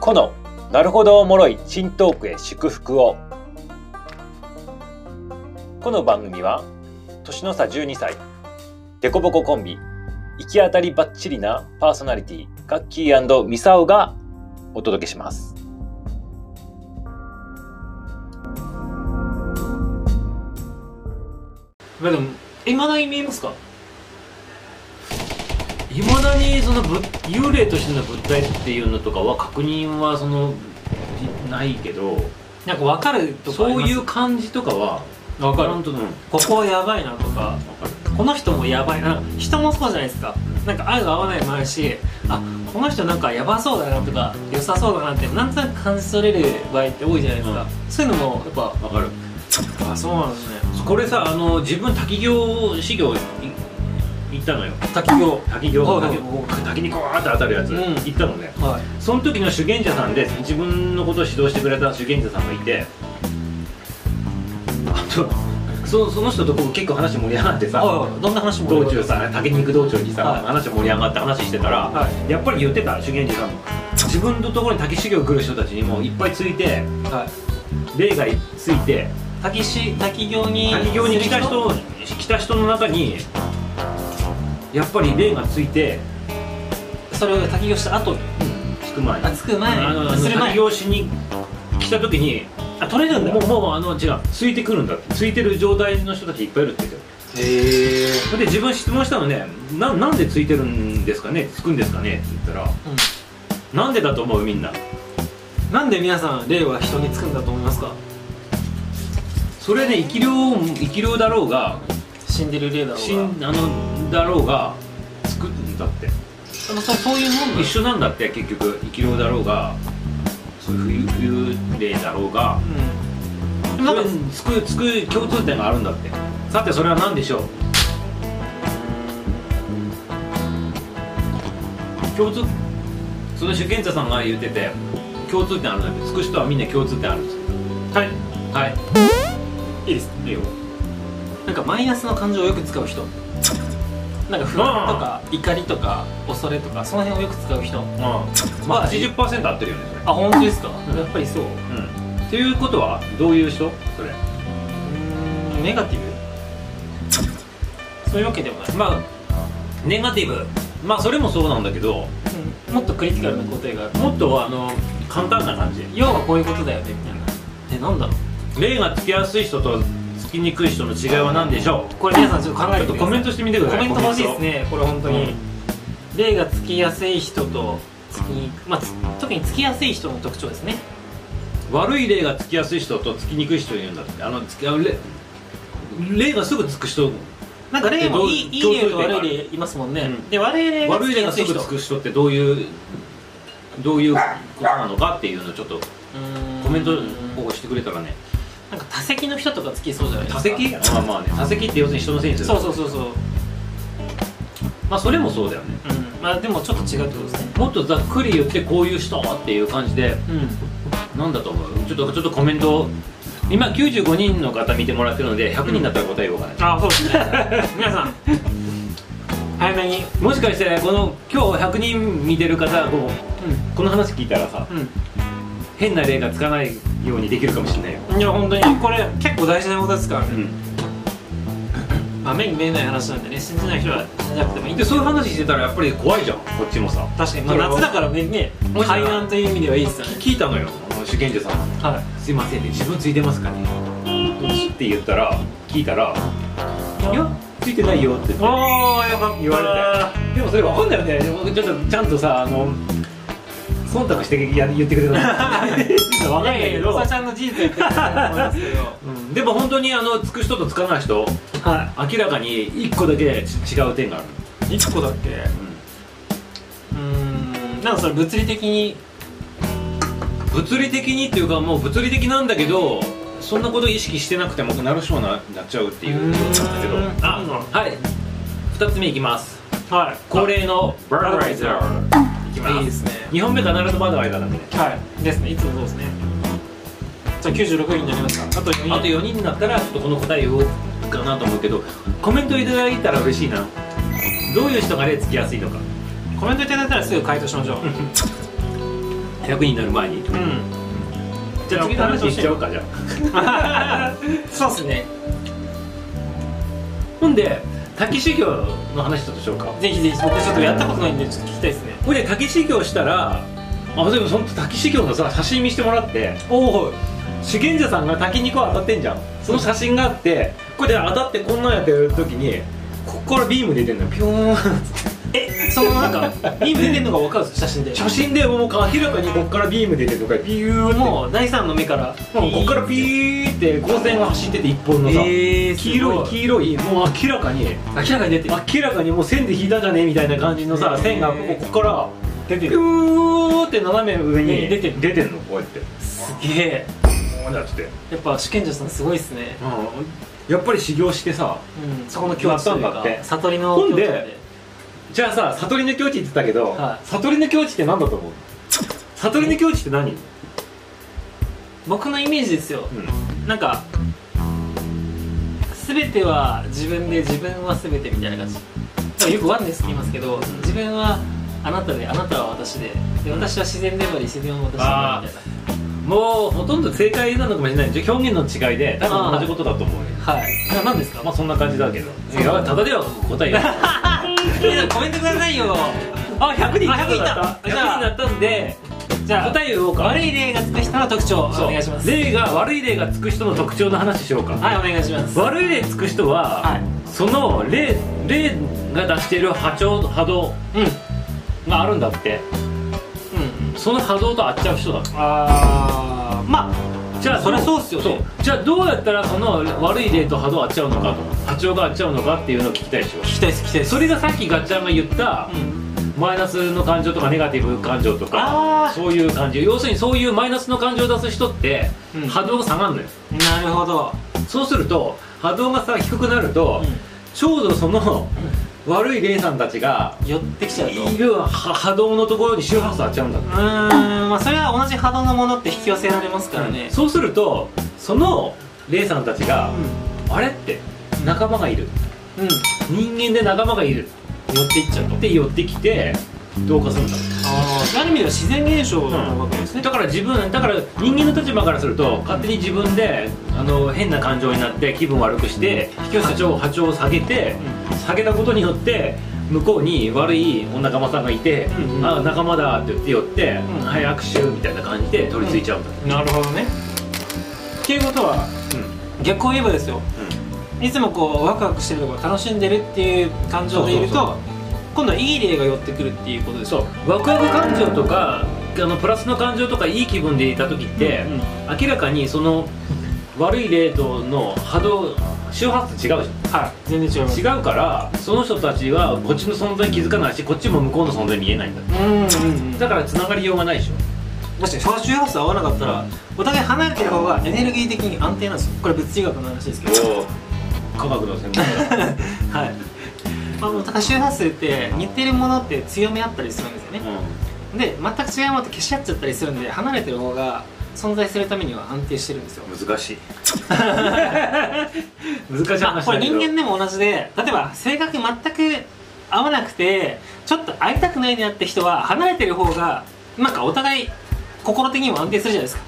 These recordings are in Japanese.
このなるほどおもろい新トークへ祝福をこの番組は年の差12歳デコボココンビ行き当たりばっちりなパーソナリティガッキーミサオがお届けしますまあでもいまだに見えますかいまだにそのぶ幽霊としての物体っていうのとかは確認はそのいないけどなんか分かるとかありそうますいう感じとかは分なんとなくここやばいなとかわかるこの人もやばいな人もそうじゃないですかなんか合う合わないもあるしあこの人なんかやばそうだなとか良さそうだなってなんとなく感じ取れる場合って多いじゃないですか、そういうのもやっぱわかるあそうなんですねこれさあの自分滝行修行い行ったのよ滝行滝行はい滝行滝にこわーって当たるやつ、うん行ったのねはいその時の修験者さんで自分のことを指導してくれた修験者さんがいてあとそその人とこう結構話盛り上がってさ、はいはいどんな話も道中さ竹に行く道中にさ、はい話盛り上がって話してたら、はいやっぱり言ってた修験者さんも自分のところに滝修行来る人たちにもいっぱいついてはい霊がついて滝し滝行に滝行に来たする人来た人の中にやっぱり霊がついてそれを滝行した後に着く前にあ着く前あのあのする前滝行しに来た時にあ取れるんだもうもうあの違うついてくるんだってついてる状態の人たちいっぱいいるって言ってへえたで自分質問したのねななんでついてるんですかねつくんですかねって言ったらなんでだと思うみんななんで皆さん霊は人につくんだと思いますかそれね生き量生き量だろうが死んでる霊だろうが死んあのだろうがつくんだってでもそれそういうもんなの一緒なんだって結局生き量だろうがそういう冬冬霊だろうがうんなんかつくつく共通点があるんだってさてそれは何でしょう共通その主権者さんが言ってて共通点あるんだってつく人はみんな共通点あるんですはいはいいいですいいよなんかマイナスの感情をよく使 う人なんか不安とか怒りとか恐れとかその辺をよく使う人うん まあ80%合ってるよねあ本当ですか、うんやっぱりそううそれうんっていうことはどういう人それーんネガティブそういうわけでもない、まあネガティブまあそれもそうなんだけどもっとクリティカルな答えがあるもっとあの簡単な感じ要はこういうことだよねみたいなえなんだろう霊がつきやすい人とつきにくい人の違いは何でしょうこれ皆さんちょっと考えちょてっくとだコさいメントしてみてくだコさメいント欲しいですコメンねこれ本当に、うん霊がつきやすい人とつき、まあ、つ特につきやすい人の特徴ですねト悪い霊がつきやすい人とつきにくい人いるんだってあのつきあの霊霊がすぐつく人なんか霊もいいどういい霊とどういう例があ悪るい霊いますもんね、うんで悪い霊が悪いつき霊やがすすい人ぐつく人ってどういうどういうことなのかっていうのをちょっとうーんコメントをしてくれたらねなんか多席の人とかつきそうじゃないです多か席まあまあね多席って要するに人のせいにするそうそうそうそうまあそれもそうだよねうんまあでもちょっと違うってことですねもっとざっくり言ってこういう人っていう感じでうんなんだと思うちょっとちょっとコメントを今95人の方見てもらってるので100人だったら答えようかな、あそうですね皆さん早めにもしかしてこの今日100人見てる方こうこの話聞いたらさうんうん変な例がつかないようにできるかもしれないよ、いや本当にこれ結構大事なことですからね、まあ、目に見えない話なんでね信じない人は信じなくてもいいんでですそういう話してたらやっぱり怖いじゃんこっちもさ確かに、まあ、夏だからねねもしかした海ら岸という意味ではいいですよね聞いたのよあの主権者さんはいすいませんね自分ついてますかねって言ったら聞いたら「いやついてないよ」っておーよかった言われてでもそれ分かんないよねでもちょっとちゃんとさあの忖度してや言ってくれた分かんいなやいやいいけやどロサちゃんの事実言ってると思いますけどうんでも本当にあのつく人とつかない人 は明らかに1個だけち違う点がある、い1個だっけうーんなんかそれ物理的に物理的にっていうかもう物理的なんだけどそんなこと意識してなくてもなるしょうななっちゃうっていううーんだけどあはい2つ目いきますはい恒例のバーライザーいきいまいですすね2本目必ずバーライザーなんでねはいですねいつもそうですねじゃあ96人になりましたあと4あと4人になったらちょっとこの答えをかなと思うけどコメントいただいたら嬉しいなどういう人がねつきやすいのかコメントいただいたらすぐ回答しましょう100人になる前に、うんじゃあ次の話いっちゃおうかじゃあそうですねほんで滝修行の話ちょっとしようかぜひぜひ僕ちょっとやったことないんでちょっと聞きたいです ねこれで滝修行したらあでもその滝修行のさ写真見してもらっておお修験者さんが滝にこう当たってんじゃんその写真があってこれで当たってこんなんやってる時にここからビーム出てんのよピョーンってえそのなんか今出てるのが分かるんですか写真で写真でもう明らかにここからビーム出てるとかピューってももう第三の目からうここからピーって光線が走ってて一本のさ、えー、黄色い黄色いもう明らかに明らかに出てる明らかにもう線で引いたじゃねえみたいな感じのさえー線がここから出てピューって斜め上にえー出てる出てんのこうやってすげえこうなっててやっぱ試験者さんすごいですねやっぱり修行してさうんそこの境地というやったんだってか悟りのほ境ん地ででじゃあさ悟りの境地って言ったけど、はい悟りの境地って何だと思う悟りの境地って何、僕のイメージですよなんか全ては自分で自分は全てみたいな感じ多分よくワンネスって言いますけど自分はあなたであなたは私でで私は自然でもあり自然は私でありみたいもうほとんど正解なのかもしれないじゃあ表現の違いで多あー分同じことだと思うよなはいな何ですかまあそんな感じだけどそういやただでは答えよ皆さんコメントくださいよあ100人 あ100人いた100人じゃあだったんでじゃあ答え言おうか悪い例がつく人の特徴おそう願いします例が悪い例がつく人の特徴の話しようか、はいお願いします悪い例つく人は、はいその例例が出してる波長波動うんうんがあるんだってうんその波動と合っちゃう人だあーまあじゃあそりゃそうっすよねそうじゃあどうやったらその悪い例と波動合っちゃうのかと波長が合っちゃうのかっていうのを聞きたいでし聞ょきたいです聞きたいですそれがさっきガッチャンが言った、うんマイナスの感情とかネガティブ感情とあかーそういう感じ要するにそういうマイナスの感情を出す人って、うん波動が下がるのよなるほどそうすると波動がさ低くなると、うんちょうどその悪い霊さんたちが寄ってきちゃうといるは波動のところに周波数当てちゃうんだうーんまあそれは同じ波動のものって引き寄せられますからね、そうするとその霊さんたちが、うあれって仲間がいるん、うん、寄人間で仲間がいるっていっちゃうとって寄ってきて同化するんだああある意味では自然現象なわけですね、だから自分だから人間の立場からすると勝手に自分であの変な感情になって気分悪くして波長波長を下げて下げたことによって向こうに悪いお仲間さんがいて「うんうんあ仲間だ」って言って寄って「うんはい握手」みたいな感じで取り付いちゃうんだ、なるほどねっていうことはうん逆を言えばですよいつもこうワクワクしてるとか楽しんでるっていう感情でいるとそうそう今度はいい例が寄ってくるっていうことですそうワクワク感情とかあのプラスの感情とかいい気分でいた時って、うんうん明らかにその悪い霊との波動周波数違うじゃんはい全然違います違うからその人たちはこっちの存在に気づかないしこっちも向こうの存在に見えないんだうんうんうんだから繋がりようがないでしょもし周波数合わなかったらお互い離れてる方がエネルギー的に安定なんですよこれ物理学の話ですけど科学の専門家はい、まあ、もうだから周波数って似てるものって強めあったりするんですよね、で全く違うものと消し合っちゃったりするんで離れてる方が存在するためには安定してるんですよ難しい 難しい話だあけどこれ人間でも同じで例えば性格全く合わなくてちょっと会いたくないなって人は離れてる方がなんかお互い心的にも安定するじゃないですか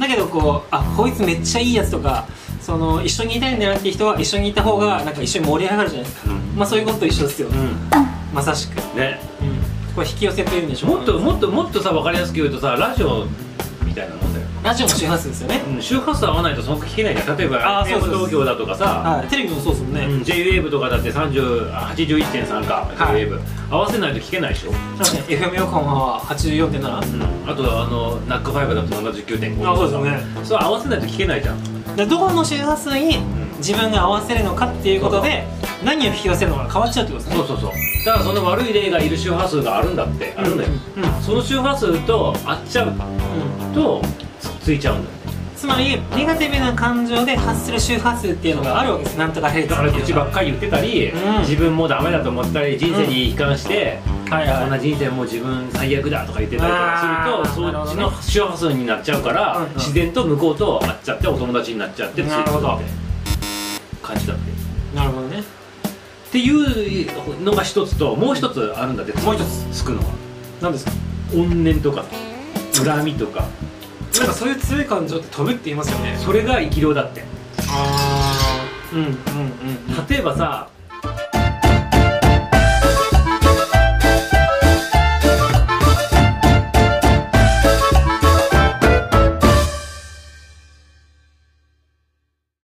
だけどこうあこいつめっちゃいいやつとかその一緒にいたいんだなって人は一緒にいた方がなんか一緒に盛り上がるじゃないですかまあそういうことと一緒ですよ、うんまさしくねこれ引き寄せというんでしょもっともっともっとさ分かりやすく言うとさラジオみたいなもんだよラジオの周波数ですよね、うん周波数合わないとその聞けないじゃん例えばあーそう FM そうそう東京だとかさ、はいテレビもそうですもんね、うん、JWAVE とかだって30あ81.3か JWAVE、合わせないと聞けないでしょ、そうですね FM 横浜は84.7あとはあのナックファイブだと79.5あそうですねそれ合わせないと聞けないじゃんでどこの周波数に自分が合わせるのかっていうことで何を引き寄せるのか変わっちゃうってことでそすねうそうそうだからその悪い例がいる周波数があるんだってあるんだよ、うんうんその周波数と合っちゃうとつっついちゃうんだよつまりネガティブな感情で発する周波数っていうのがあるわけですなんとかヘルツだから口ばっかり言ってたり、うん自分もダメだと思ったり人生に悲観して、はいはいこんな人生もう自分最悪だとか言ってたりとかするあーとそっちの周波数になっちゃうから、うんうん自然と向こうと合っちゃってお友達になっちゃってついてなるほどって感じだってなるほどねっていうのが一つともう一つあるんだってもう一つつくのは何ですか怨念とか恨みとかなんかそういう強い感情って飛ぶって言いますよねそれが生き量だってああうんうんうん例えばさ